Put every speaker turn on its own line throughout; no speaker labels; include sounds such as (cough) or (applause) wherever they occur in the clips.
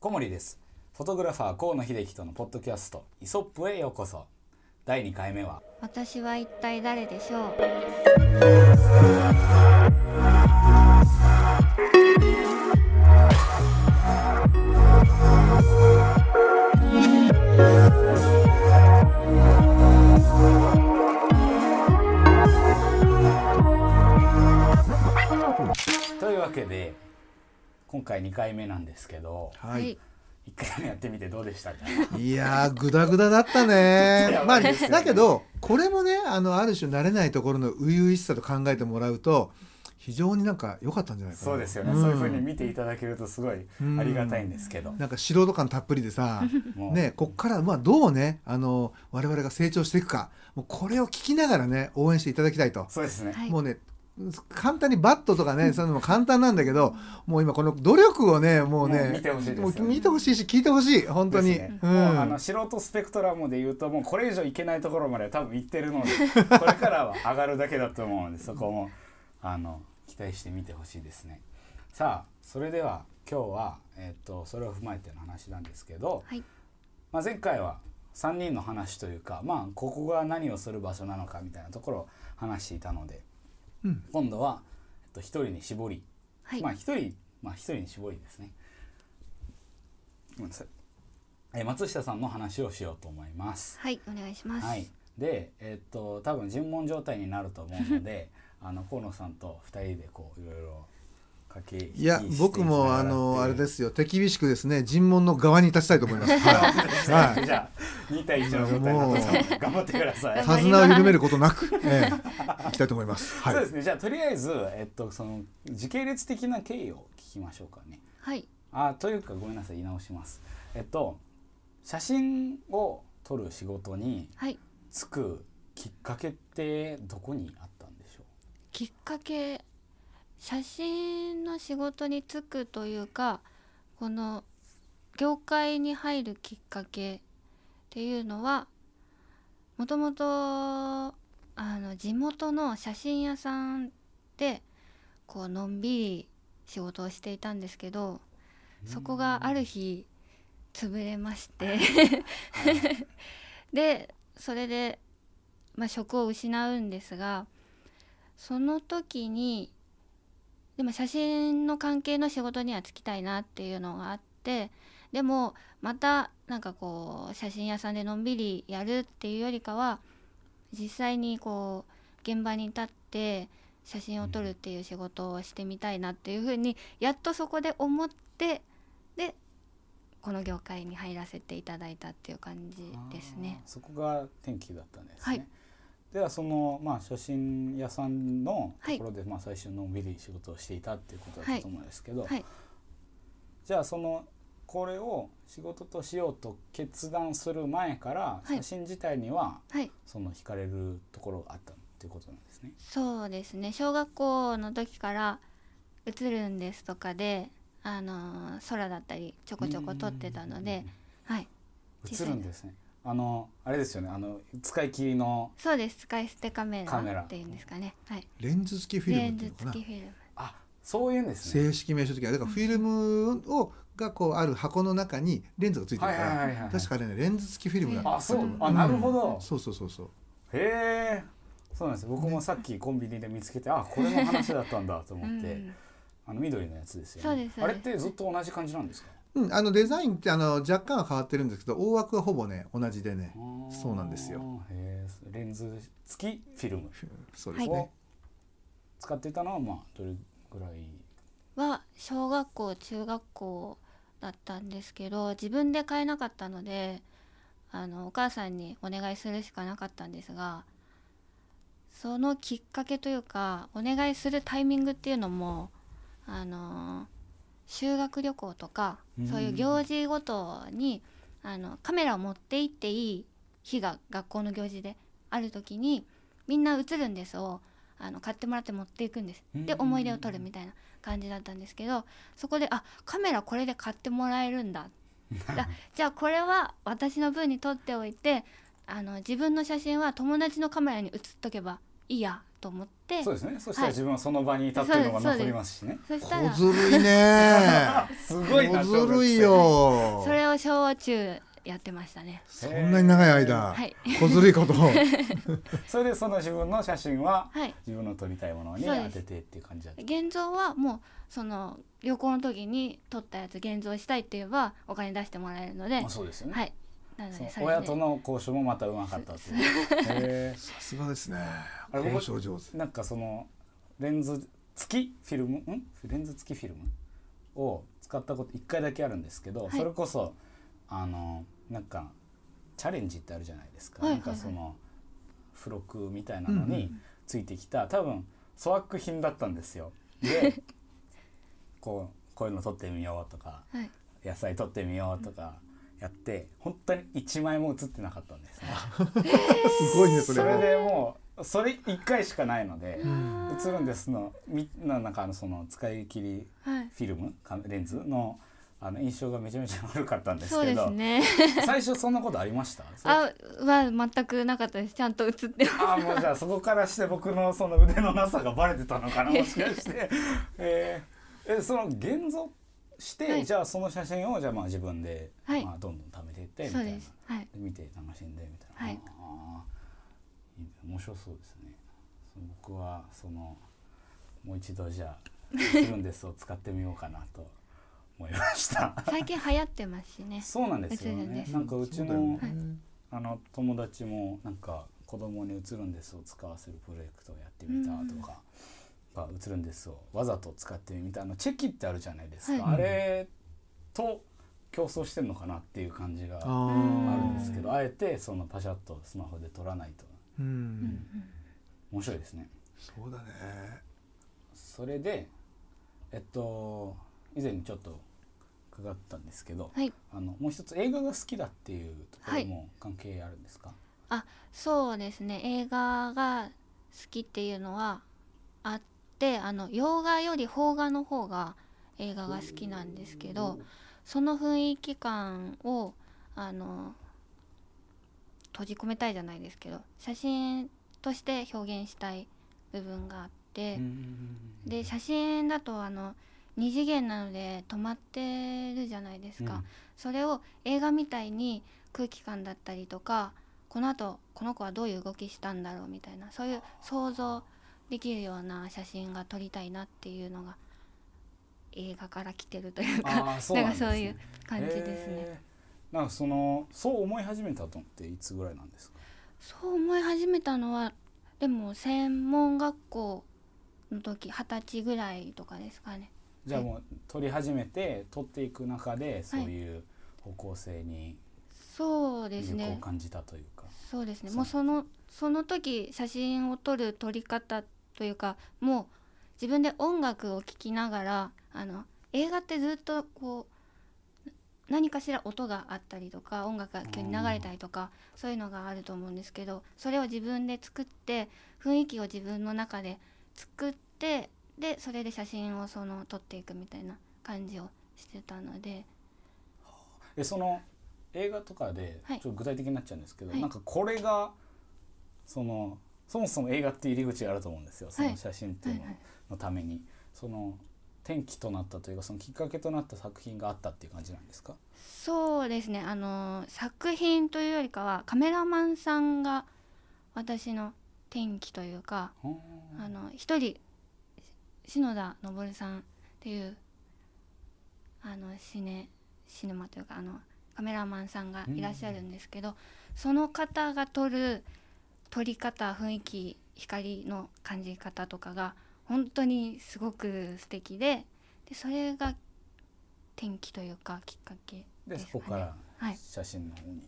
小森ですフォトグラファー河野秀樹とのポッドキャストイソップへようこそ第2回目は
私は一体誰でしょう
というわけで今回2回目なんですけど
はい、
1回目やってみてどうでしたか
いやーグダグダだった
(laughs) ちょっと
ね
や。
ま
ば
あ
いですよね
だけどこれもねあのある種慣れないところの初々しさと考えてもらうと非常になんか良かったんじゃないかな。
そうですよね、
ん
そういう風に見ていただけるとすごいありがたいんですけど、
なんか素人感たっぷり
(laughs)
でさ、
もう
ね、こっからまあどうねあの我々が成長していくかもうこれを聞きながらね応援していただきたいと、
そうですね、
はい
もうね簡単にバットとかねそういうのも簡単なんだけどもう今この努力をねもうね
もう見てほしいですよ
もう見てほしいし聞いてほしい本当に、
ですね
う
もうあの
ん、
素人スペクトラムで言うともうこれ以上いけないところまで多分行ってるので
(laughs)
これからは上がるだけだと思うのでそこもあの期待してみてほしいですねさあそれでは今日は、えっとそれを踏まえての話なんですけど、
はい
まあ、前回は3人の話というか、まあ、ここが何をする場所なのかみたいなところを話していたので、
うん
今度は、えっと、1人に絞り
はい、
まあ一人まあ一人に絞りですね。ごめんなさい。えー松下さんの話をしようと思います。
はいお願いします
はい。で、えっと多分尋問状態になると思うので、 (laughs) あの河野さんと二人でこういろいろ書き。
いや僕もあのあれですすよ手厳しくですね尋問の側に立ちたいと思い
(laughs)
ます、はいはい
じゃ (laughs) あ二対一の状態になってます頑張ってください。
(laughs)
は
手
い
綱を緩めること
(laughs)
なく、ええ、いきたいと思います。は
そう
い
ですね。じゃあとりあえずえっとその時系列的な経緯を聞きましょうかね。
はい
あというかごめんなさい言い直しますえっと写真を撮る仕事に
はい
就くきっかけってどこにあったんでしょ
きっかけ写真の仕事に就くというかこの業界に入るきっかけっていうのはもともとあの地元の写真屋さんでこうのんびり仕事をしていたんですけどそこがある日潰れまして (laughs) でそれで、まあ、職を失うんですがその時にでも写真の関係の仕事には就きたいなっていうのがあってでもまたなんかこう写真屋さんでのんびりやるっていうよりかは実際にこう現場に立って写真を撮るっていう仕事をしてみたいなっていうふうにやっとそこで思ってでこの業界に入らせていただいたっていう感じ
う
ですね
あ。ーそこが転機だったんですね、
はい
ではその、まあ、写真屋さんのところで、まあ、最初のんびり仕事をしていたっていうことだったと思うんですけど、
はい、
じゃあそのこれを仕事としようと決断する前から
はい
写真自体には
はい、
その惹かれるところがあったっていうことなんですね。
そうですね小学校の時から「映るんです」とかで、あのー空だったりちょこちょこ撮ってたので、はい、小
映
さい
るんですね。あのあれですよね。あの使い切りの
そうです使い捨てカメ
カメラ
ラっていうんですかねはい
レンズ付きフィルム
レ
っ
ン
てい
ズ
うの
付
か
き
な
フィルム
あそういうんですね。
正式名称的にはだからフィルムをがこうある箱の中にレンズが付いてるか
はいはいはいは
ら
い
確かあれねレンズ付きフィルムだった
あそう
うん
あなるほど。
そうそうそうそう
へえ。そうなんです。僕もさっきコンビニで見つけて、あこれの話だったんだと思っ
う
て
ん、
あの緑のやつですよね。
そうですそうです
あれってずっと同じ感じなんですか。
うん、あのデザインってあの若干は変わってるんですけど大枠はほぼね同じでね
あー
そうなんですよ。
へえ。レンズ付きフィルム
そうですね、
を使ってたのはまあどれぐらい。
は小学校中学校だったんですけど自分で買えなかったのであのお母さんにお願いするしかなかったんですがそのきっかけというかお願いするタイミングっていうのもあの修学旅行とか
うん
そういう行事ごとにあのカメラを持って行っていい日が学校の行事である時にみんな映るんですをあの買ってもらって持っていくんです。で
うん
思い出を撮るみたいな感じだったんですけどそこであカメラこれで買ってもらえる
(laughs)
んだだじゃあこれは私の分に撮っておいてあの自分の写真は友達のカメラに写っとけばいいやと思って
そうですねそしたら自分はその場にいたっていうのが残りますしね、
そしたら
小ずるいね
(laughs) すごいな
小
って思っ
ず
て
るいよ
それを小中やってましたね
そんなに長い間
はい
小ずる
(laughs)
いことを
それでその自分の写真は
はい
自分の撮りたいものに
そう
当
です
ててっていう感じだった
現像はもうその旅行の時に撮ったやつ現像したいって言えばお金出してもらえるので
まあそうですよね、
はいなの
そ
で
の
それ
親
で
との交渉もまたうまかった
(laughs)
っていうへ
さすがですね
あれ僕
交渉上手
ーなんかそのレンズ付きフィルムんレンズ付きフィルムを使ったこと一回だけあるんですけど、
はい
それこそあのなんかチャレンジってあるじゃないですか、
はいはいはい
なんかその付録みたいなの
うんうんう
についてきた、多分粗悪品だったんですよ。で
(laughs)
こうこういうの撮ってみようとか
はい
野菜取ってみようとかやって本当に1枚も写ってなかったんですね、
すごいねそ
そ
れ
れ
は
でもうそれ1回しかないので
うん
写るんですのみなんなんかあのその使い切り
はい
フィルムかレンズのあの印象がめちゃめちゃ悪かったんです
そう
け
です
ど、
ね
最初そんなことありましたあ
あは全くなかったですちゃんと写って (laughs) ます
あーもうじゃあそこからして僕のその腕のなさがバレてたのか
(laughs)
なもしかして、えーえその現像して、
はい
じゃあその写真をじゃあまあ自分で、
はい
まあ、どんどん貯めていってみ
そ
た
う
いな
ですはい
見て楽しんでみたいな、
はい
あーいいね面白そうですねその僕はそのもう一度じゃあ「するんです」を使ってみようかなと思いました
(laughs) 最近流行ってますしね
そうなんですよ
映るん
ね
です
なんかうちの,、
そうだよね
あの友達もなんか子供に「映るんです」を使わせるプロジェクトをやってみたとか「が映るんです」をわざと使ってみたあのチェキってあるじゃないですか、
はい
あれと競争してるのかなっていう感じが
あ
ある
ー
んですけど、あえてそのパシャッとスマホで撮らないと
う
う
ん
ん
面白いですね。
そうだね
それでえっと以前にちょっと伺ったんですけど、
はい
あのもう一つ映画が好きだっていうところも関係あるんですか？
そうですね映画が好きっていうのはあってあの洋画より邦画の方が映画が好きなんですけどその雰囲気感をあの閉じ込めたいじゃないですけど写真として表現したい部分があって、で写真だとあの二次元なので止まってるじゃないですか、それを映画みたいに空気感だったりとかこのあとこの子はどういう動きしたんだろうみたいなそういう想像できるような写真が撮りたいなっていうのが映画から来てるというか
ああそうなんです、ね、
なんかそういう感じですね。
へー。なんかそのそう思い始めたと思っていつぐらいなんですか？
そう思い始めたのはでも専門学校の時二十歳ぐらいとかですかね。
じゃあもう撮り始めて撮っていく中でそういう方向性に
そうです
魅力を
ね
感じたというか。
そうですね
そう
もうそのその時写真を撮る撮り方というかもう自分で音楽を聴きながらあの映画ってずっとこうな何かしら音があったりとか音楽が急に流れたりとかそういうのがあると思うんですけどそれを自分で作って雰囲気を自分の中で作ってでそれで写真をその撮っていくみたいな感じをしてたので
でその映画とかでちょ
は
っ
い
と具体的になっちゃうんですけど、
はい
なんかこれがそのそもそも映画って入り口があると思うんですよそ
は
の
い
写真っていうの,、
はいはい
のためにその転機となったというかそのきっかけとなった作品があったっていう感じなんですか
そうですねあの作品というよりかはカメラマンさんが私の転機というか
ほー
あの一人篠田昇さんっていうあのシネシネマというかあのカメラマンさんがいらっしゃるんですけど、その方が撮る撮り方雰囲気光の感じ方とかが本当にすごく素敵ででそれが転機というかきっかけ
で
です
そ
か
こ
ね。
から
はい
写真の方にっ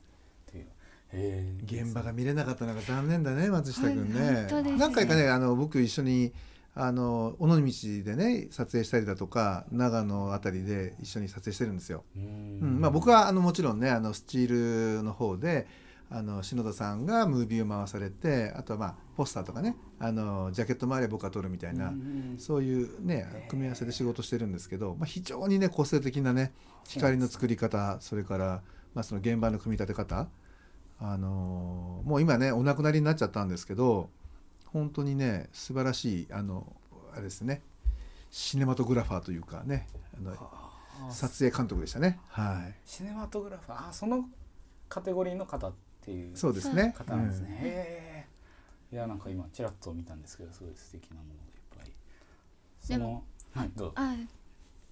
ていう、へー
現場が見れなかったのが残念だね松下君
はい
ね
本当ですね
何回かねあの僕一緒にあの尾道でね撮影したりだとか長野あたりで一緒に撮影してるんですよ。
う
うんまあ、僕はあのもちろんねあのスチールの方であの篠田さんがムービーを回されてあとはまあポスターとかねあのジャケット周りは僕が撮るみたいな、
うん
そういうね組み合わせで仕事してるんですけど、まあ、非常にね個性的なね光の作り方それから、まあ、その現場の組み立て方あのーもう今ねお亡くなりになっちゃったんですけど本当にね素晴らしいあのあれですねシネマトグラファーというかねあの撮影監督でしたねはい
シネマトグラファーあそのカテゴリーの方っていう
そうですね
方なんですね、
うん
へえいやなんか今ちらっと見たんですけどすごい素敵なものがいっぱいそ
で
のはいどうぞ
あ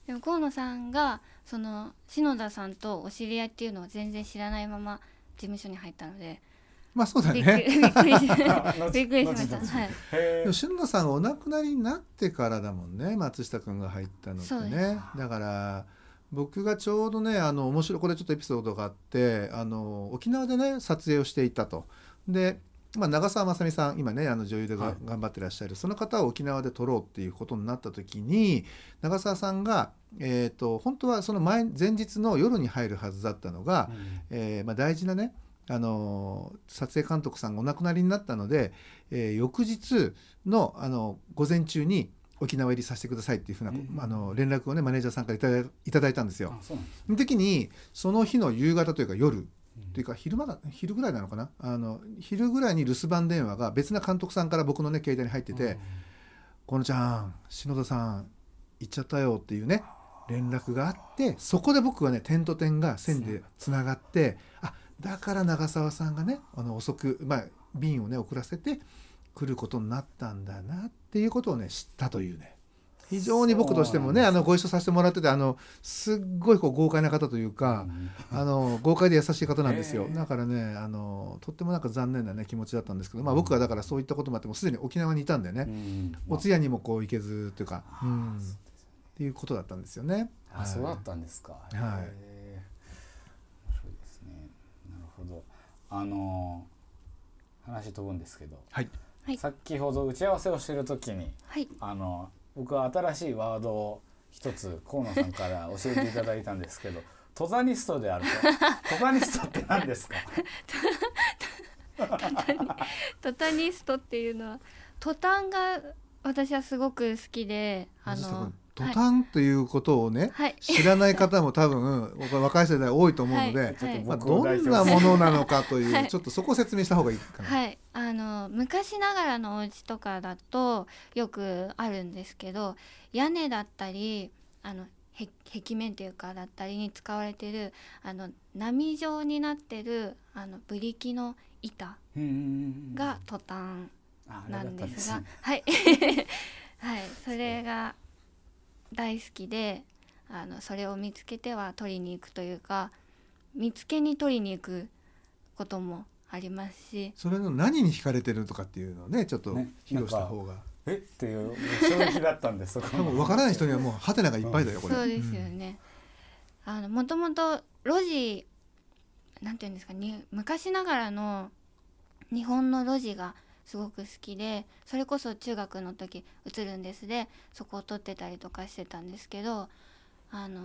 でも河野さんがその篠田さんとお知り合いっていうのを全然知らないまま事務所に入ったので、
まあそうだ
びっく
(laughs) ね
りびっくりし
あ後
びっくりしました
後々
はい
へ
で
え
も篠田さんがお亡くなりになってからだもんね松下君が入ったのって
そうで
ねだから僕がちょうどねあの面白いこれちょっとエピソードがあってあの沖縄でね撮影をしていたと。でまあ、長澤まさみさん今ねあの女優でが、
はい
頑張ってらっしゃるその方を沖縄で撮ろうっていうことになった時に長澤さんが、えー、と本当はその前前日の夜に入るはずだったのが、
うん
えーまあ、大事なね、あのー撮影監督さんがお亡くなりになったので、えー翌日の、あの午前中に沖縄入りさせてくださいっていうふうな、
うん
あの連絡をねマネージャーさんからいただいいただいたんですよ
あ。そうなんです
その時にその日の夕方というか夜
うん
というか昼間だ昼ぐらいなのかなあの昼ぐらいに留守番電話が別な監督さんから僕のね携帯に入ってて「このちゃん篠田さん行っちゃったよ」っていうね連絡があってそこで僕はね点と点が線でつながってあだから長澤さんがねあの遅く、まあ、便をね送らせて来ることになったんだなっていうことをね知ったというね非常に僕としてもね
そう
あ
なんですね
のご一緒させてもらっててあのすっごいこう豪快な方というか。あの豪快で優しい方なんですよ、
へえ
だからねあのとってもなんか残念な、ね、気持ちだったんですけど、まあ、僕はだからそういったこともあってもうすでに沖縄にいたんでね、
うん
お通夜にもこう行けずというか、うん、っていうことだったんですよね。
あ、そうだったんですか。
い
へえ面白いですね。なるほど。あのー話飛ぶんですけど、
はい、
はい
さっきほど打ち合わせをしてる時に、
はい
あの僕は新しいワードを一つ河野さんから教えていただいたんです (laughs) けど、トザニストであると。トザニストって何ですか。
トタニストっていうのはトタンが私はすごく好きであ
松下
の
君トタンということをね、
はい
知らない方も多分 (laughs) 僕は若い世代多いと思うので、
はい
ちょっと
まあ、
僕を
ど
代
ん
表
な
して
ものなのかとい
(laughs)
う、
はい
ちょっとそこを説明した方がいいかな。
はいあの昔ながらのお家とかだとよくあるんですけど屋根だったりあのへ壁面というかだったりに使われてるあの波状になってるあのブリキの板
うんうんうん
がトタン
ああれ
な
だっ
ん
た
ですが、
ね
はいはい (laughs) それが大好きであのそれを見つけては取りに行くというか見つけに取りに行くこともありますし
それの何に惹かれてるとかっていうのをねちょっと
ね
披露した方が、
えっていう衝撃だったんです。そこ
多分わからない人にはもうハテナがいっぱいだよこれ。
そうですよね、あのもともと路地なんていうんですかに昔ながらの日本の路地がすごく好きでそれこそ中学の時「映るんです」でそこを撮ってたりとかしてたんですけどあの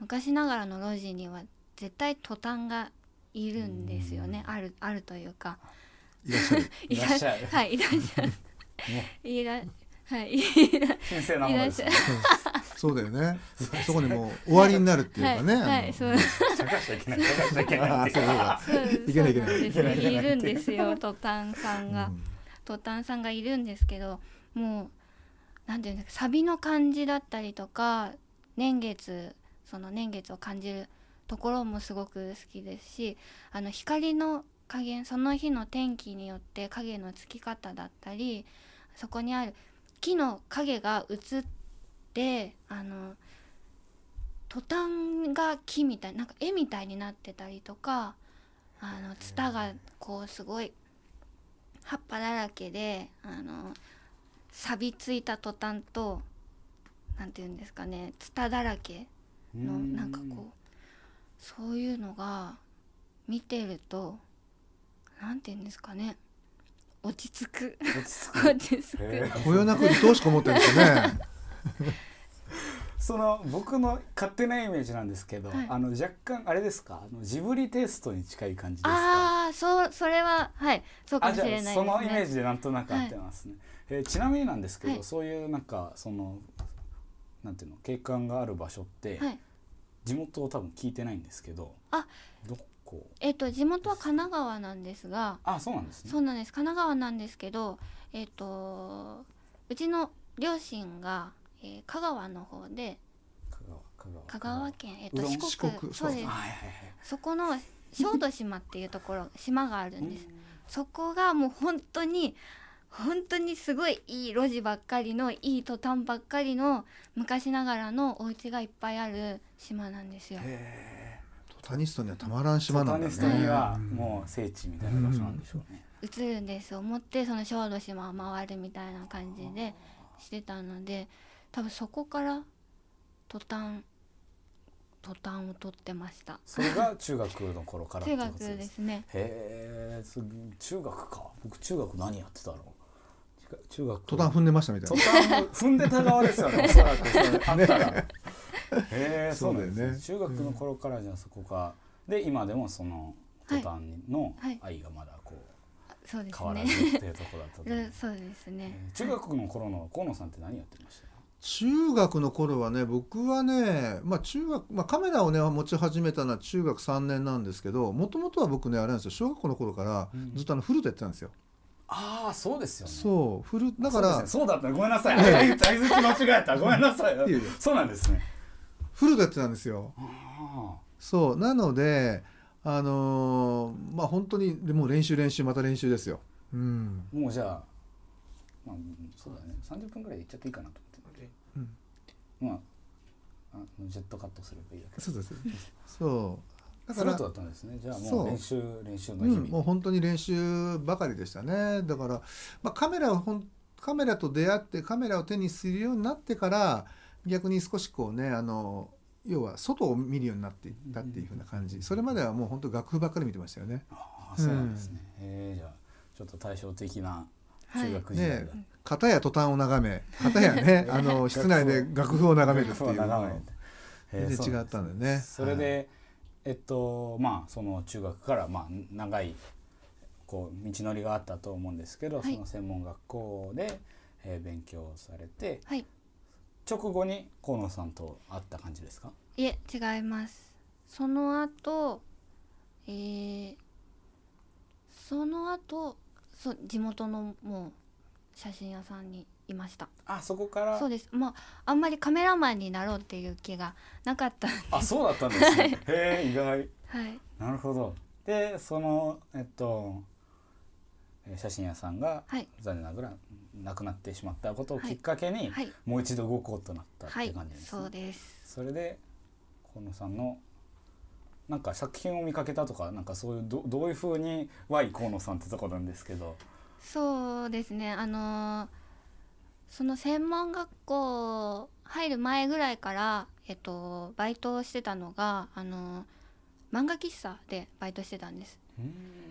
昔ながらの路地には絶対トタンがいるんですよね
う
あるあるというか
うんいらっし
(laughs)
いらっしゃ
ゃる
る
はいいらっしゃる
ね
いらはいいら
神聖なものですね。
そうだよね。そこにもう終わりになるっていうかね。
はいは
あの
いそう
ちゃかしちゃいけない。ちゃかしちゃいけない
(laughs) あ
っ (laughs) て
ーそ
いうう。
だ
そう
いけないいけ
そう
な
いけな
なんです
い
いいけない
ねいるんですよトタンさ
そ
ん
うだ
(laughs) が、トタンさんがいるんですけどもうなんていうんですかサビの感じだったりとか年月その年月を感じるところもすごく好きですしあの光の加減その日の天気によって影のつき方だったりそこにある木の影が映ってあのトタンが木みたいなんか絵みたいになってたりとかあのツタがこうすごい葉っぱだらけであの錆びついたトタンとなんて言うんですかねツタだらけのなんかこうそういうのが見てるとなんて言うんですかね落ち着く
う。落ち着く
落ち着く、
へー
こよなく愛おしく思ってるんですよね。
その僕の勝手なイメージなんですけど、
はい
あの若干あれですか、あのジブリテイストに近い感じですか。
ああそうそれははいそうか
あ
もし
じゃ
れないで
あ
すね
そのイメージでなんとなく合ってますね。えーちなみになんですけど、
はい
そういうなんかそのなんていうの景観がある場所って、
はい
地元を多分聞いてないんですけど、
あ
どこう
えっと地元は神奈川なんですが
あそうなんですね
そうなんです神奈川なんですけどえっとうちの両親が、えー香川の方で
香川香川
香川県、えっ
う
と
どん
四
四
国
国
そうで
はい
す
はい
そこの小豆島っていうところ島がある
はい
んですそこがもう本当に本当にすごいいい路地ばっかりのいいトタンばっかりの昔ながらのお家がいっぱいある島なんですよ
へ。え
タニストにはたまらん島なんだね
ネストにはもう聖地みたいな場所なんでしょうね、
移るんですよ思ってその小豆島を回るみたいな感じでしてたので多分そこからトタントタンを取ってました
それが中学の頃からって
中
こと
学
です
ですね
へえそ中学か僕中学何やってたの中学
途端踏んでましたみたい
途
な
端を踏んでた側ですよねおそらくそれあったらへえそ
そうう
な
だよ
ん
ね
ですね中学の頃からじゃあそこかで今でもその
は
途
い
端の
はい
愛がまだこう
そうです
変わら
ね
ずっていうところだったと思う
そうですね
えー中学の頃の河野さんって何やってました
中学の頃はね僕はね、まあ、中学、まあ、カメラをね持ち始めたのは中学3年なんですけどもともとは僕ねあれなんですよ小学校の頃から
うん
ずっとあのフルートやってたんですよ、
ああそうですよね
そうフルだか
そう,、
ら、
そうだったごめんなさい大大切間違えたごめんなさい
いえいえ
そうなんですね
フルートやってたんですよ
あ
そうなのであのーまあ本当にでもう練習練習また練習ですようん、
ーもうじゃあまあうんそうだね30分ぐらいで行っちゃっていいかなと思って
うん、
まああのジェットカットすればいいだけ
そうですそうだ
フ
か
ルー
ら
トだったんですねじゃあも
そうう
練習練習の
う
日
ん、
々、
もう本当に練習ばかりでしたねだから、まあ、カメラをほんカメラと出会ってカメラを手にするようになってから逆に少しこうねあの要は外を見るようになっていったっていうふうな感じ、それまではもう本当楽譜ばっかり見てましたよね。
ああそうなんですね、えーじゃあちょっと対照的な
は
中
い
学時代だ、
ね片やトタンを眺め片
(laughs)
やねあの室内で楽譜を眺めるって
そう
いうの
眺
が
めてえー
全
そう
然
な
違
ん
っ
です
たんだよね。
それで、えっとまあその中学からまあ長いこう道のりがあったと思うんですけど、
はい
その専門学校で、えー勉強されて
はい
直後に河野さんと会った感じですか
いえ違いますその後えーその後そ地元のもう写真屋さんにいました
あそこから
そうですまああんまりカメラマンになろうっていう気がなかった
あそうだったんですねへえ意外
はい
なるほどでそのえっとえー写真屋さんが
はい
残念ながら亡くなってしまったことを
はい
きっかけに、
はい
もう一度動こうとなったっ
は
て
い
感じですね、
そうです
それで河野さんのなんか作品を見かけたとかなんかそういうどどういうふうに Y 河野さんってとこなんですけど
そうですねあのーその専門学校入る前ぐらいからえっとバイトをしてたのがあのー漫画喫茶でバイトしてたんです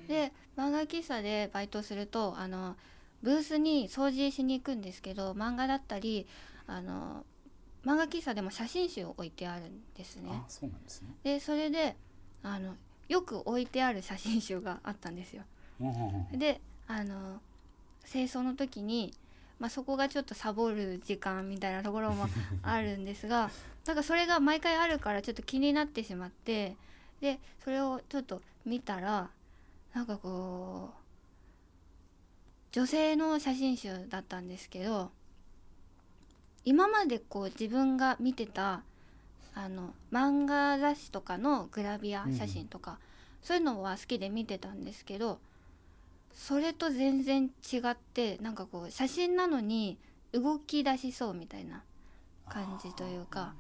で漫画喫茶でバイトするとあのブースに掃除しに行くんですけど漫画だったりあの漫画喫茶でも写真集を置いてあるんですね
あそうなんですね、
でそれであのよく置いてある写真集があったんですよ
うんうんうん
であの清掃の時に、まあ、そこがちょっとサボる時間みたいなところもあるんですがなんかそれが毎回あるからちょっと気になってしまってでそれをちょっと見たらなんかこう女性の写真集だったんですけど今までこう自分が見てたあの漫画雑誌とかのグラビア写真とか、そういうのは好きで見てたんですけどそれと全然違ってなんかこう写真なのに動き出しそうみたいな感じというか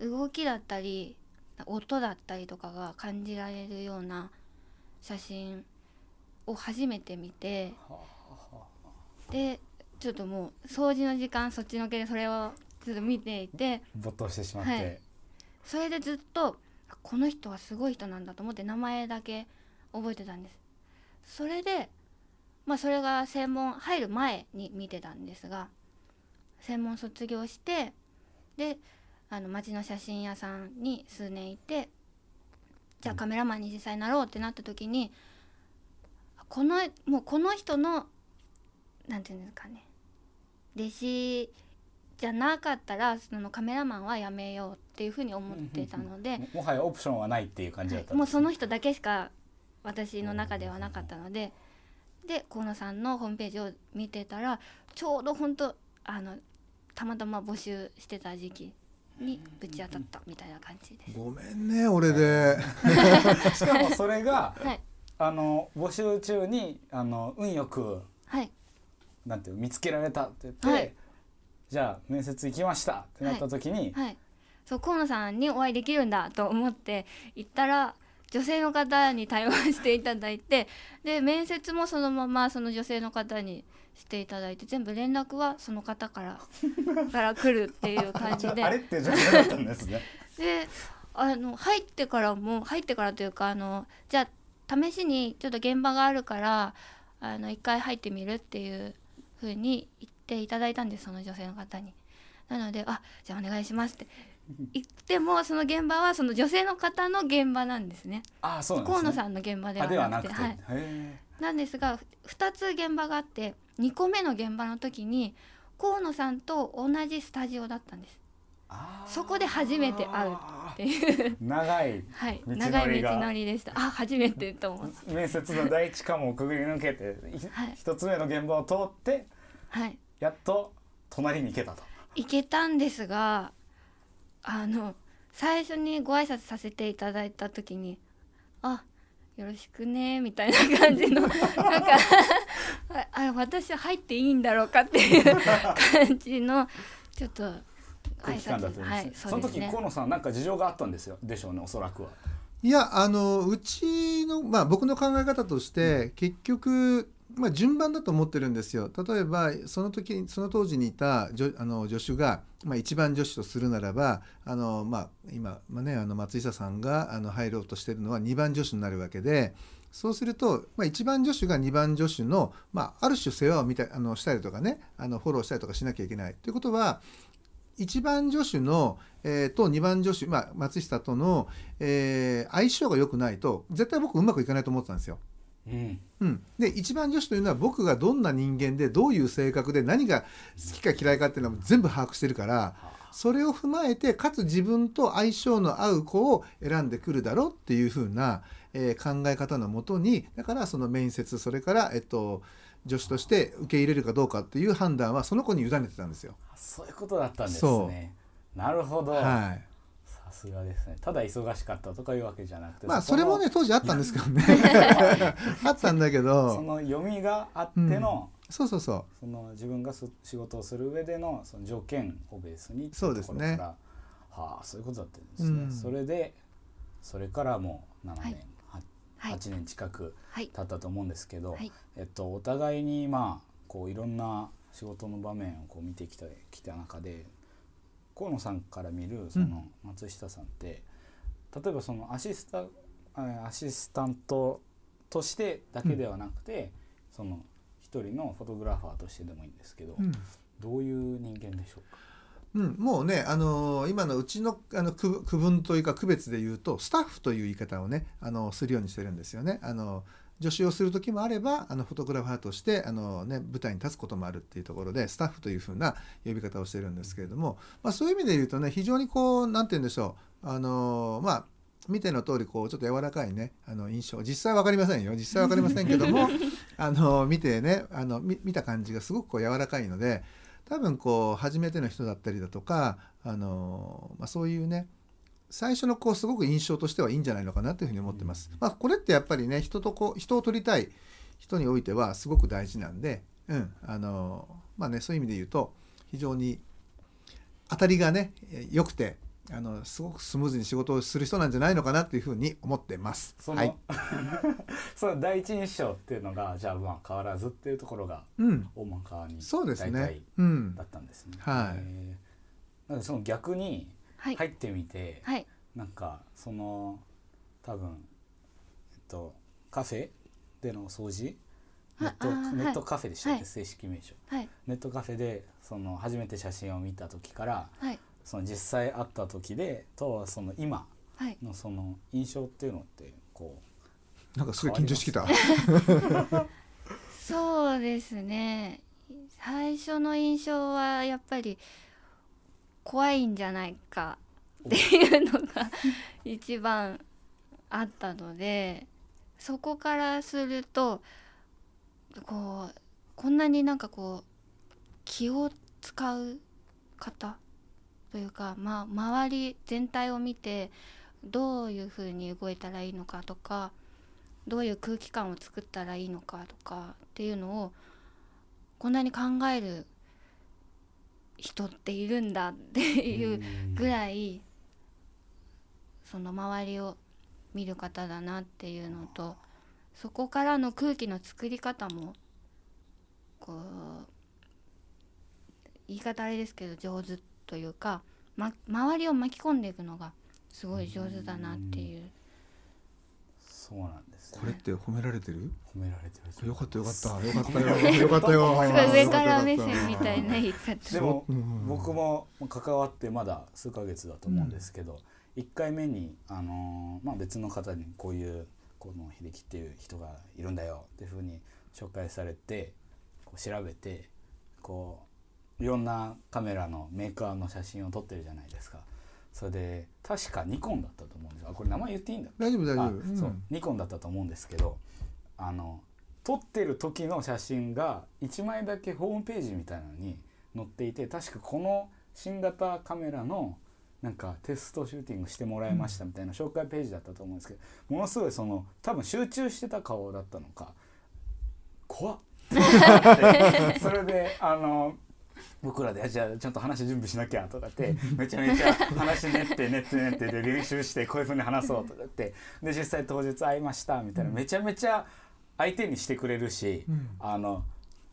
動きだったり音だったりとかが感じられるような写真を初めて見て
はあは
でちょっともう掃除の時間そっちのけでそれをちょっと見ていて
あ没頭してしまって、
はいそれでずっとあこの人はすごい人なんだと思って名前だけ覚えてたんですそれでまあそれが専門入る前に見てたんですが専門卒業してであの町の写真屋さんに数年いてじゃあカメラマンに実際になろうってなった時にこのもうこの人のなんていうんですかね弟子じゃなかったらそのカメラマンはやめようっていうふうに思ってたので
ももはやオプションはないっていう感じだったん
も
で
う
す
その人だけしか私の中ではなかったのでで河野さんのホームページを見てたらちょうど本当あのたまたま募集してた時期にぶち当たったみたいな感じです。
ごめんね俺で
しかもそれが
はい、
あの募集中にあの運よく
はい、
なんていうの見つけられたって言って、
はい
じゃあ面接行きましたってなった時に、
はい、そう河野さんにお会いできるんだと思って行ったら女性の方に対応していただいてで面接もそのままその女性の方にしていただいて全部連絡はその方からから来るっていう感じで
(laughs) あれって状況だったんです
(laughs)
ね。
であの入ってからも入ってからというかあのじゃあ試しにちょっと現場があるからあの一回入ってみるっていう風に言っていただいたんですその女性の方に。なので「あじゃあお願いします」って言ってもその現場はその女性の方の現場なんですね
ああそうなんです
河
ね。
野さんの現場で
あでは
はな
な
く
く
て
て、
はい
へ、え
なんですがふ2つ現場があって2個目の現場の時に河野さんと同じスタジオだったんです
あー
そこで初めて会うっていう
長い
はい、
道のりが
長い道のりでした。あ、初めてと思って。
面接の第一関門をくぐり抜けてい
はい
一、つ目の現場を通って
はい、
やっと隣に行けたと。
行けたんですが、あの最初にご挨拶させていただいた時に、あ、よろしくねみたいな感
(laughs)
じのなんかああ私は入っていいんだろうかっ
(laughs)
ていう感じのちょっと挨
空気感だったんですね。
はい、
そ
そう
の
です
時
ね。
河野さんなんか事情があったんですよでしょうねおそらくは。
いやあのうちの、まあ、僕の考え方として、結局、まあ、順番だと思ってるんですよ例えばその時その当時にいた女あの助手が、まあ、一番助手とするならばあの、まあ、今、まあね、あの松下さんがあの入ろうとしてるのは二番助手になるわけで。そうすると、まあ、一番助手が二番助手の、まあ、ある種世話を見たあのしたりとかねあのフォローしたりとかしなきゃいけない。ということは一番助手の、えーと二番助手、まあ、松下との、えー相性が良くないと絶対僕うまくいかないと思ってたんですよ。
うん。
うん、で一番女子というのは僕がどんな人間でどういう性格で何が好きか嫌いかっていうのは全部把握してるからそれを踏まえてかつ自分と相性の合う子を選んでくるだろうっていう風な、えー考え方のもとにだからその面接それから、えっと、女子として受け入れるかどうかっていう判断はその子に委ねてたんですよ。
そういうことだったんです
そ
ね。なるほど。
はい
さすがですね。ただ忙しかったとかいうわけじゃなくて。
まあ
こ
それ
の
もね当時あったんですけどねあったんだけ
そ
ど
の読みがあっての、
そうそうそう
その自分がそ仕事をする上でのその条件をベースにってい
そうです
ところ
ね
からはあそういうことだったんですね。
うん
それでそれからもう7
はい
年、は
はい、
8年近く
はい、
経ったと思うんですけど、
はい
えっと、お互いにまあこういろんな仕事の場面をこう見てきたきた中で河野さんから見るその松下さんって、例えばそのアシスタあアシスタントとしてだけではなくて、その一人のフォトグラファーとしてでもいいんですけど、
うん
どういう人間でしょうか
うん、もうね、あのー今のうちのあの区区分というか区別で言うとスタッフという言い方をね、あのするようにしてるんですよね。あの助手をする時もあればあのフォトグラファーとしてあの、ね、舞台に立つこともあるっていうところでスタッフというふうな呼び方をしてるんですけれども、まあ、そういう意味で言うとね非常にこうなんて言うんでしょうあのーまあ見ての通りこうちょっと柔らかいねあの印象実際わかりませんよ実際わかりませんけどもあの見てねあのみ見た感じがすごくこう柔らかいので多分こう初めての人だったりだとかあの、まあ、そういうね最初のこうすごく印象としてはいいんじゃないのかなというふうに思ってます。まあ、これってやっぱりね人とこう人を取りたい人においてはすごく大事なんで、うんあのまあね、そういう意味で言うと非常に当たりがねえ良くてあのすごくスムーズに仕事をする人なんじゃないのかなというふうに思ってます。
その,、
はい
(laughs) その第一印象っていうのがじゃあまあ変わらずっていうところが
うん、
大まかに
そうです
大体
ね、うん
だったんですね。
はい
へーなんかその逆に
はい、
入ってみて、
はい、
なんかその多分、えっと、カフェでの掃除ネット
ああー
ネットカフェでしたっけ、
はい
正式名称
はい、
ネットカフェでその初めて写真を見た時から
はい、
その実際会った時でとその今
はい。
のその印象っていうのってこう
なんかすごい緊張してきた。
そうですね最初の印象はやっぱり怖いんじゃないかっていうのが一番あったのでそこからするとこうこんなになんかこう気を使う方というか、まあ、周り全体を見てどういうふうに動いたらいいのかとかどういう空気感を作ったらいいのかとかっていうのをこんなに考える人っているんだっていうぐらいその周りを見る方だなっていうのとそこからの空気の作り方もこう言い方あれですけど上手というか、ま、周りを巻き込んでいくのがすごい上手だなっていう
そうなんです、ね、
(laughs) これって褒められてる
褒められてる
よかったよかったよかったよよかったよ
(laughs) すごい上から目線みたいな言い方
でも
そううん
僕も関わってまだ数ヶ月だと思うんですけど、1回目に、あのーまあ、別の方にこういうこの秀樹っていう人がいるんだよっていうふうに紹介されてこう調べてこういろんなカメラのメーカーの写真を撮ってるじゃないですか。それで確かニコンだったと思うんですあこれ名前言っていいんだ
大丈夫大丈夫
あ
うん
そうニコンだったと思うんですけどあの撮ってる時の写真が1枚だけホームページみたいなのに載っていて確かこの新型カメラのなんかテストシューティングしてもらいましたみたいな紹介ページだったと思うんですけどものすごいその多分集中してた顔だったのか怖っ
(laughs)
それであの僕らでじゃあちゃんと話準備しなきゃとかってめちゃめちゃ話練って練って練ってで練習してこういうふうに話そうとかってで実際当日会いましたみたいなめちゃめちゃ相手にしてくれるし、
うん
あの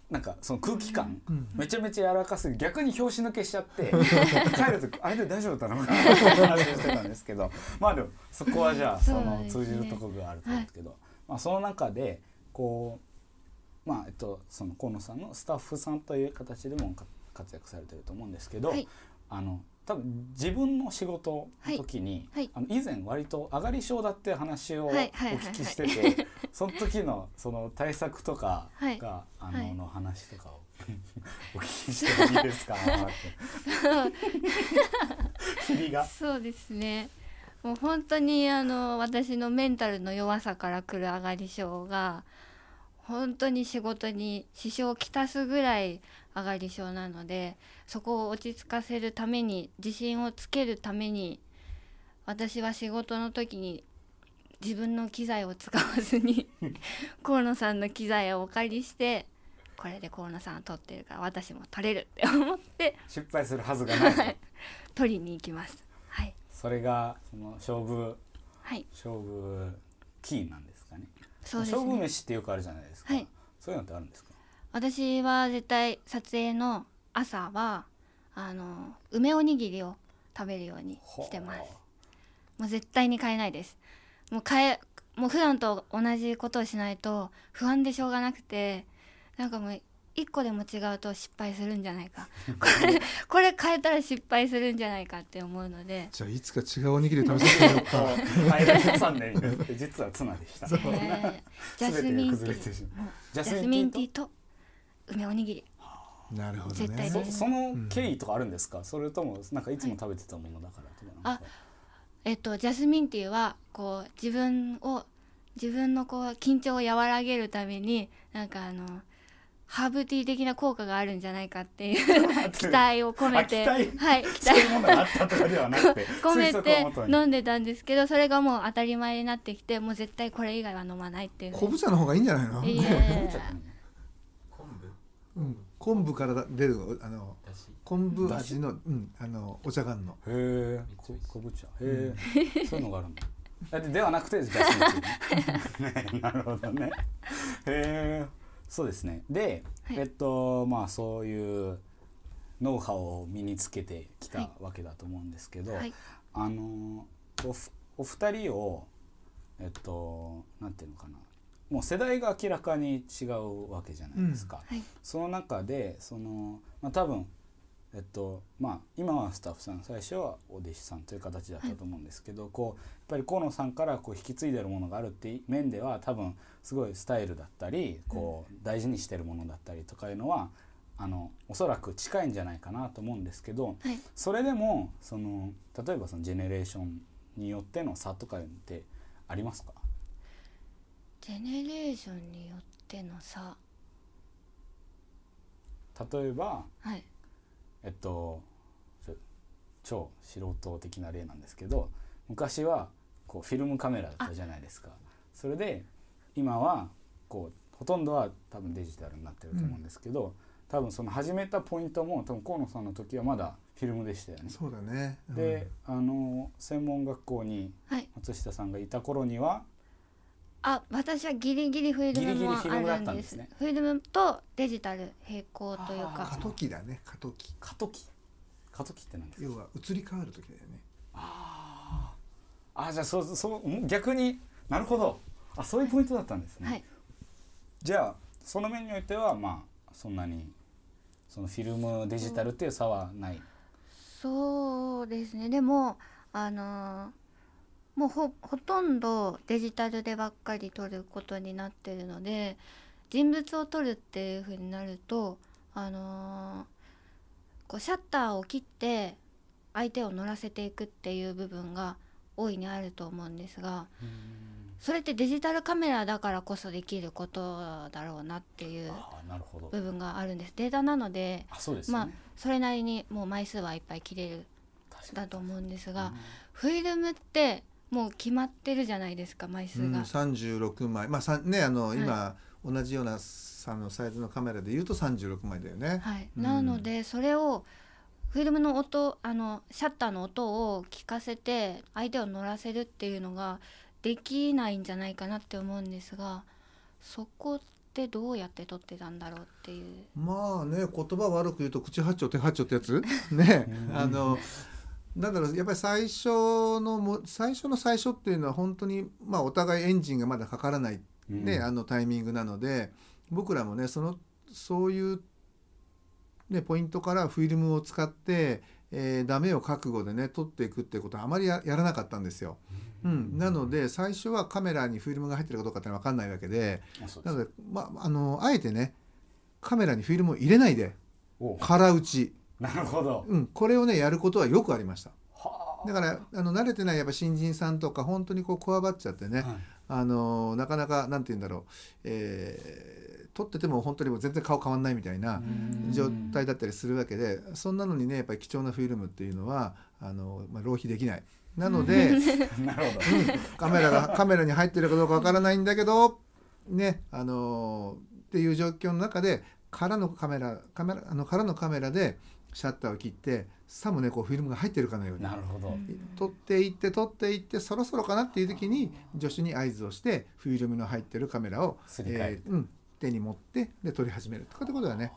なんかその空気感、
うん
めちゃめちゃ柔らかすぎて逆に拍子抜けしちゃって
(laughs)
帰る時あれで大丈夫だったのかなって話をしてたんですけどまあでもそこはじゃあそ
そう
の
ですね
通じるところがあると思うんですけど、まあ、その中でこうまあえっとその河野さんのスタッフさんという形でもか活躍されてると思うんですけど、
はい
あの多分自分の仕事の時に、
はい
あの以前割と上がり症だって話をお
はいはいはいはい
聞きしてて (laughs) その時のその対策とかが、
はい
あ
はい
のの話とかを (laughs) お聞きしてもいい
(laughs)
ですかって。霧が
そうですねもう本当にあの私のメンタルの弱さから来る上がり症が本当に仕事に支障をきたすぐらい上がり症なのでそこを落ち着かせるために自信をつけるために私は仕事の時に自分の機材を使わずに河野さんの機材をお借りしてこれで河野さんは撮ってるから私も撮れるって思って
失敗するはずがない。
撮りに行きます。はい、
それがその勝負
はい、
勝負キーなんですかね。
そうですね
勝負飯ってよくあるじゃないですか。
はい
そういうのってあるんですか。
私は絶対撮影の朝はあの梅おにぎりを食べるようにし
(laughs)
てます
ほ
もう絶対に買えないですもう買えもう普段と同じことをしないと不安でしょうがなくてなんかもう一個でも違うと失敗するんじゃない
(laughs)
かこれこれ変えたら失敗するんじゃないかって思うので
じゃあいつか違うおにぎり食べさせてみよう
うこ
(laughs)
か
うはい、挟んでみる実はツナでした。
ねジャ
全
ス
て
ミ
が
ンテ
崩
ィ
れて
ー
しまう
もう
ジ
ジ
ャ
ャ
ス
ス
ミ
ミ
ン
ン
テ
テ
ィ
ィ
ー
ーと梅おにぎり
なるほど
絶対
そ
ね
ね
その経緯とかあるんですか、それともなんかいつも食べてたものだからとかなんか
えっと、ジャスミンティーはこう自分を自分のこう緊張を和らげるためになんかあのハーブティー的な効果があるんじゃないかっていう (laughs) 期待を込めて
あ期待
はい期
そう
待
いうものがあったとかではなく
(laughs)
て
込め
推測をもと
て
に
飲んでたんですけどそれがもう当たり前になってきてもう絶対これ以外は飲まないっていう
昆布茶の方がいいんじゃないの
いいえ
飲ん
(laughs)
じゃったの
昆
うん昆布から出るあの
布だし
昆布味のうんあのお茶がんの
へえこ昆布茶へえ、そういうのがあるんだだってではなくてジャスミンティーね
(laughs)
なるほどねへえそうですねで、
はい
えっとまあそういうノウハウを身につけてき
は
た
い
わけだと思うんですけど、
はい
あのおふお二人をえっとなんていうのかなもう世代が明らかに違うわけじゃないですか、
はい
その中でその、まあ、多分えっとまあ今はスタッフさん最初はお弟子さんという形だったと思うんですけど、こうやっぱり河野さんからこう引き継いでるものがあるっていう面では多分すごいスタイルだったりこう大事にしてるものだったりとかいうのはあのおそらく近いんじゃないかなと思うんですけど
はい
それでもその例えばそのジェネレーションによっての差とかってありますか
ジェネレーションによっての差
例えば
はい
えっとちょ超素人的な例なんですけど昔はこうフィルムカメラだったじゃないですかそれで今はこうほとんどは多分デジタルになってると思うんですけど、多分その始めたポイントも多分河野さんの時はまだフィルムでしたよね。
そうだね、うん
で、あの専門学校に
はい
松下さんがいた頃には
あ私はギリギリフィルム
ギ
も
リギリフィルムだ
あ
っ
る
た
ん
ん
で
ですすね
フィルムとデジタル並行という
あ
か
過渡期だね過渡期
過渡期過渡期って何ですか
要は移り変わる時だよね
あーあーじゃあそうそうもう逆になるほどあそういうポイントだったんですね、
はい
じゃあその面においてはまあそんなにそのフィルムデジタルっていう差はない
そうですねでもあのーもうほほとんどデジタルでばっかり撮ることになってるので人物を撮るっていう風になるとあのーこうシャッターを切って相手を乗らせていくっていう部分が大いにあると思うんですがそれってデジタルカメラだからこそできることだろうなっていう
ああなるほど
部分があるんですデータなので
あそうですよ
まあ
ね、
それなりにもう枚数はいっぱい切れる
確か
だと思うんです
に
が、フィルムってもう決まってるじゃないですか枚
う
数
ん
が、
36枚まあさねあの
い
今、同じようなあのサイズのカメラで言うと36枚だよね、
はい、
うん
なのでそれをフィルムの音あのシャッターの音を聞かせて相手を乗らせるっていうのができないんじゃないかなって思うんですがそこってどうやって撮ってたんだろうっていう
まあね言葉悪く言うと口八丁手八丁って
(laughs)
やつね
うん
あのなんだろうやっぱり最初のも最初の最初っていうのは本当にまあお互いエンジンがまだかからない
うん
ね、あのタイミングなので僕らもねそのそういう、ね、ポイントからフィルムを使って、えーダメを覚悟でね撮っていくってことはあまりややらなかったんですよ。うん、なので最初はカメラにフィルムが入ってるかどうかってのは分かんないわけで
あそうで
な
す
ので、まあ、あのあえてねカメラにフィルムを入れないで
お
空打ち、
なるほど
うん、これをねやることはよくありました。
は
だからあの慣れてないやっぱ新人さんとか本当にこうこわばっちゃってね、
あ、はい
あのなかなかなんて言うんだろう、えー撮ってても本当にもう全然顔変わんないみたいな
うん
状態だったりするわけで、そんなのにねやっぱり貴重なフィルムっていうのはあの、まあ、浪費できない。なので、
なるほど
カメラ
(laughs)
がカメラに入ってるかどうかわからないんだけどねあのっていう状況の中で空のカメラカメラあの空のカメラでシャッターを切ってさもねこうフィルムが入ってるかのように
なるほど、
取っていって取っていってそろそろかなっていう時に助手に合図をしてフィルムの入ってるカメラを、
すり替えて
ーうん、手に持ってで撮り始めるとかってことだね。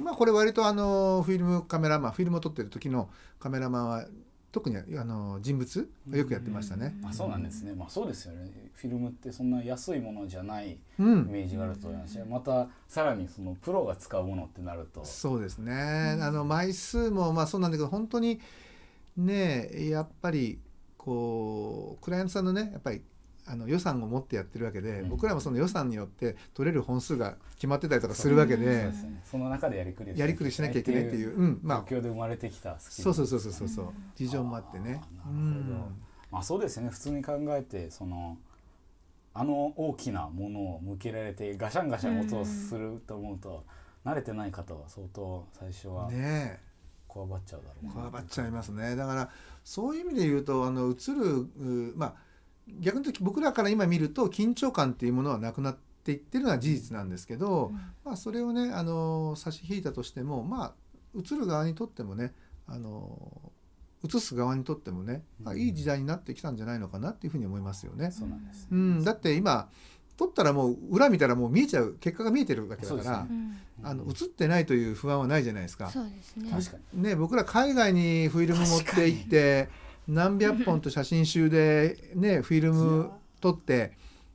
まあこれ割とあのフィルムカメラマンフィルムを撮ってる時のカメラマンは特にあの人物よくやってましたね。
あそうなんですねまあそうですよねフィルムってそんな安いものじゃない
うん、
イメージがあると思いますしまたさらにそのプロが使うものってなると
そうですね、あの枚数もまあそうなんだけど本当にねやっぱりこうクライアントさんのねやっぱりあの予算を持ってやってるわけで、
うん
僕らもその予算によって取れる本数が決まってたりとかするわけ
そ
で
うですよねその中でやりくりを
やりくりしなきゃいけないっていう、うん、まあ
東京で生まれてきたスキル
そうそうそうそうそうそう事情もあってね。
あー
う
なるほど
ん
まあそうですね普通に考えてそのあの大きなものを向けられてガシャンガシャン音をすると思うと、慣れてない方は相当最初は
ねえ
こわばっちゃうだろうな
こわばっちゃいますねだからそういう意味で言うとあの映るうまあ逆に言うと僕らから今見ると緊張感っていうものはなくなっていってるのは事実なんですけど、まあ、それをねあの差し引いたとしてもまあ映る側にとってもねあの映す側にとってもね、まあ、いい時代になってきたんじゃないのかなっていうふうに思いますよね。
そうなんです、
うん、だって今撮ったらもう裏見たらもう見えちゃう結果が見えてるわけだ
そう
か
です
ら、
ね
うん
あの映ってないという不安はないじゃないですか。
そうですね
確かに
ね、僕ら海外にフィルム持って行って何百本と写真集で、ね、フィルム撮って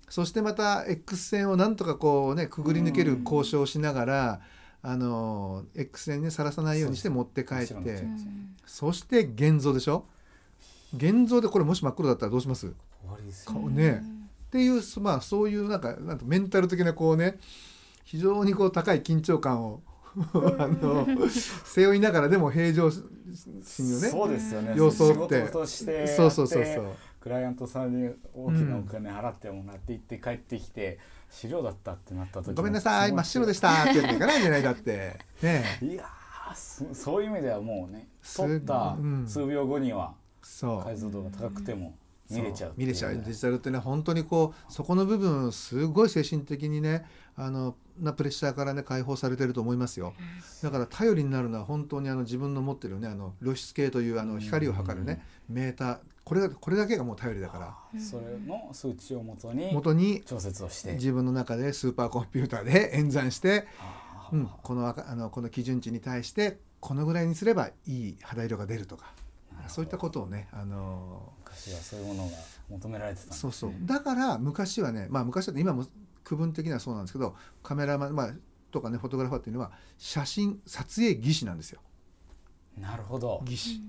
そしてまた X 線をなんとかこうねくぐり抜ける交渉をしながら、あの X 線にさらさないようにして持って帰っ
そうで
て
す
うん
そして現像でしょ現像でこれもし真っ黒だったらどうしますっ
終わりです
顔
よ、
ねていう、まあ、そういうなんかなんとメンタル的なこうね非常にこう高い緊張感を (laughs) あの背負いながらでも平常心をね
そうですよね
様相を追って
仕事としてやって
そうそうそうそう
クライアントさんに大きなお金払ってもらって行って帰ってきて、資料だったってなった時
ごめんなさい真っ白で
し
したって言っていかないんじゃないだってねえ
たいやーそそういう意味ではもうね
す
撮った
うん
数秒後には
そう
解像度が高くても見れちゃう
見れちゃう
って
デ
い
ジタルってね本当にこうそこの部分すごい精神的にねあのなプレッシャーからね解放されてると思いますよだから頼りになるのは本当にあの自分の持ってるねあの露出系というあの光を測るねメーターこれがこれだけがもう頼りだか
それの数値をもとに
ら元に
調節をして
自分の中でスーパーコンピューターで演算して、
あー
うん、この赤あのこの基準値に対してこのぐらいにすればいい肌色が出るとかそういったことをねあの
昔はそういうものが求められてたんです
そうそうだから昔はねまあ昔だって今も区分的にはそうなんですけどカメラマン、まあ、とかねフォトグラファーっていうのは写真撮影技師なんですよ
なるほど
技師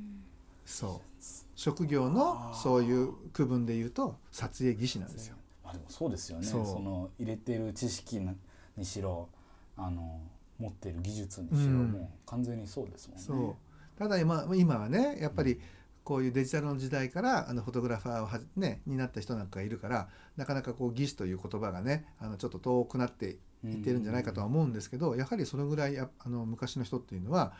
そう職業のそういう区分で言うと撮影技師なんですよ
まあでもそうですよね
そ
そうの入れてる知識なにしろあの持ってる技術にしろ、
うん
もう完全にそうですもんね
そうただ今今はねやっぱりこういうデジタルの時代からあのフォトグラファーをはじ、ね、になった人なんかがいるからなかなかこう技師という言葉がねあのちょっと遠くなっていってるんじゃないかとは思うんですけど、やはりそのぐらいやあの昔の人っていうのは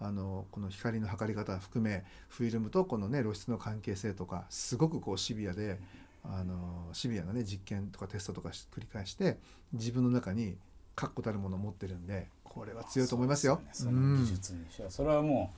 あのこの光の測り方含めフィルムとこのね露出の関係性とかすごくこうシビアであのシビアなね実験とかテストとかし繰り返して自分の中に確固たるものを持ってるんでこれは強いと思いますよ。
そうでねその技術にしろ、それはも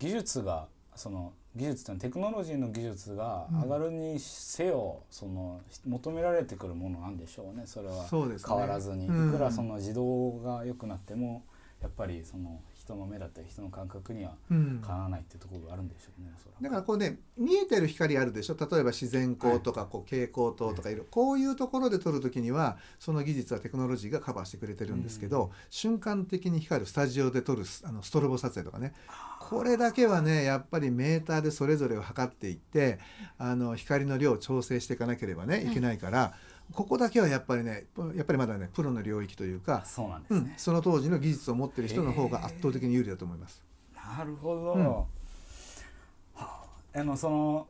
う技術がその技術ってのはテクノロジーの技術が
うん
上がるにせよ、その求められてくるものなんでしょうねそれは
そうですね
変わらずに、
うん
いくらその自動が良くなってもやっぱりその人の目だったり人の感覚には
うん
かなわないってところがあるんでしょうね、そ
だからこうね見えてる光あるでしょ例えば自然光とかこう蛍光灯とかいろこういうところで撮る時にはその技術はテクノロジーがカバーしてくれてるんですけど、瞬間的に光るスタジオで撮るスあのストロボ撮影とかねこれだけはねやっぱりメーターでそれぞれを測っていってあの光の量を調整していかなければねいけないから、ここだけはやっぱりねやっぱりまだねプロの領域というか、
そうなんで
う
す
ん
ね、、
その当時の技術を持ってる人の方が圧倒的に有利だと思います。
なるほど、
うん
はああのその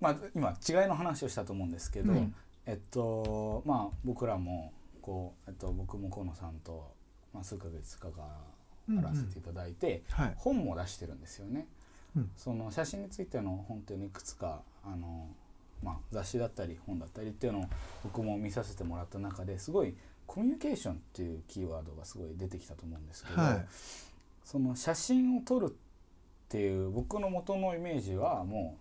まあ今違いの話をしたと思うんですけど、
うん
えっとまあ僕らもこう、えっと、僕も河野さんと、まあ、数ヶ月かかららせていただいて、
はい、
本も出してるんですよね。
うん
その写真についての本っていうのいくつかあの、まあ、雑誌だったり本だったりっていうのを僕も見させてもらった中ですごいコミュニケーションっていうキーワードがすごい出てきたと思うんですけど、
はい
その写真を撮るっていう僕の元のイメージはも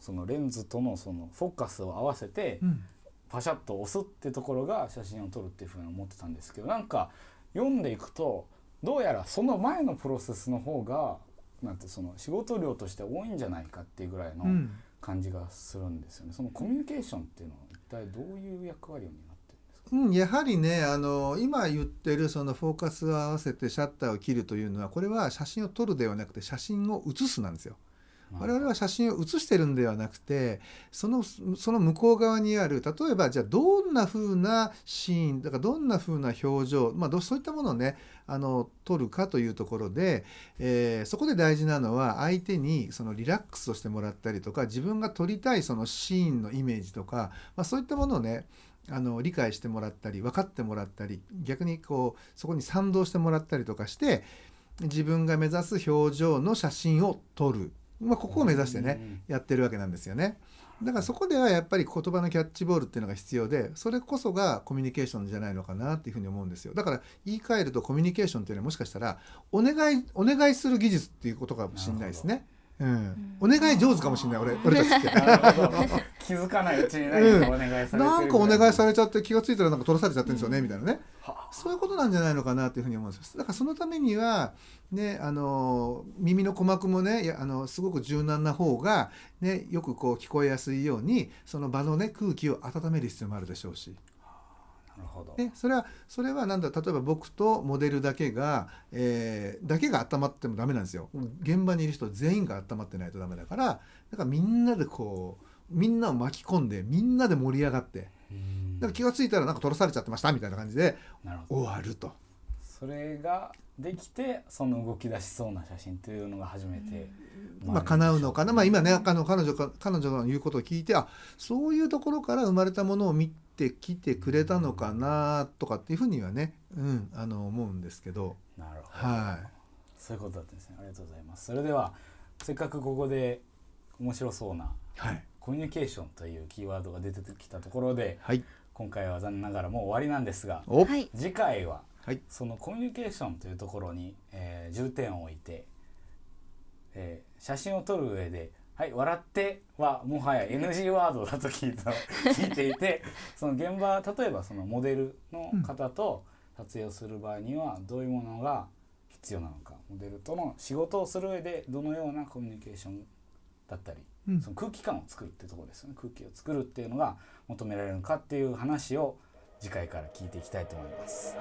うそのレンズとのそのフォーカスを合わせて
うん
パシャッと押すってところが写真を撮るっていうふうに思ってたんですけどなんか読んでいくとどうやらその前のプロセスの方がなんてその仕事量として多いんじゃないかっていうぐらいの
うん
感じがするんですよね。そのコミュニケーションっていうのは一体どういう役割を担ってるんですか
うん、やはりねあの今言ってるそのフォーカスを合わせてシャッターを切るというのはこれは写真を撮るではなくて写真を写すなんですよ。我々は写真を写してるんではなくてそのその向こう側にある例えばじゃあどんな風なシーンだからどんな風な表情、まあ、どうそういったものをねあの撮るかというところで、えーそこで大事なのは相手にそのリラックスをしてもらったりとか自分が撮りたいそのシーンのイメージとか、まあ、そういったものをねあの理解してもらったり分かってもらったり逆にこうそこに賛同してもらったりとかして自分が目指す表情の写真を撮る、まあ、ここを目指してね、やってるわけなんですよね。だからそこではやっぱり言葉のキャッチボールっていうのが必要でそれこそがコミュニケーションじゃないのかなっていうふうに思うんですよだから言い換えるとコミュニケーションっていうのはもしかしたらお願いお願いする技術っていうことかもしれないですね。うん、お願い上手かもしれない俺俺たちって。
なるほど (laughs) 気づかないうちに何かお願いされてるみたい
なんかお願いされちゃって気がついたらなんか取らされちゃってるんですよね、みたいなねそういうことなんじゃないのかなというふうに思うんですよだからそのためには、ね、あの耳の鼓膜もねいやあのすごく柔軟な方が、ね、よくこう聞こえやすいようにその場の、ね、空気を温める必要もあるでしょうし、
なるほど
ね、それはそれはなんだ例えば僕とモデルだけが、えーだけが温まってもダメなんですよ現場にいる人全員が温まってないとダメだからだからみんなでこうみんなを巻き込んでみんなで盛り上がって。
うん
だから気がついたらなんか取らされちゃってましたみたいな感じで
なるほど
終わると
それができてその動き出しそうな写真というのが初めて
まあ叶うのかな、まあ、今ねあの彼女か彼女の言うことを聞いてあそういうところから生まれたものを見てきてくれたのかなとかっていうふうにはね、うん、あの思うんですけど、
なるほど、
はい、
そういうことだったんですねありがとうございますそれではせっかくここで面白そうな
はい
コミュニケーションというキーワードが出てきたところで
はい
今回は残念ながらもう終わりなんですが
お
はい
次回は
はい
そのコミュニケーションというところに、えー重点を置いて、えー写真を撮る上で「はい笑って」はもはや NG ワードだと聞いた聞いてい (laughs) てその現場例えばそのモデルの方と撮影をする場合にはどういうものが必要なのかモデルとの仕事をする上でどのようなコミュニケーションだったり
うん
その空気感を作るってところですよね空気を作るっていうのが求められるのかっていう話を次回から聞いていきたいと思います。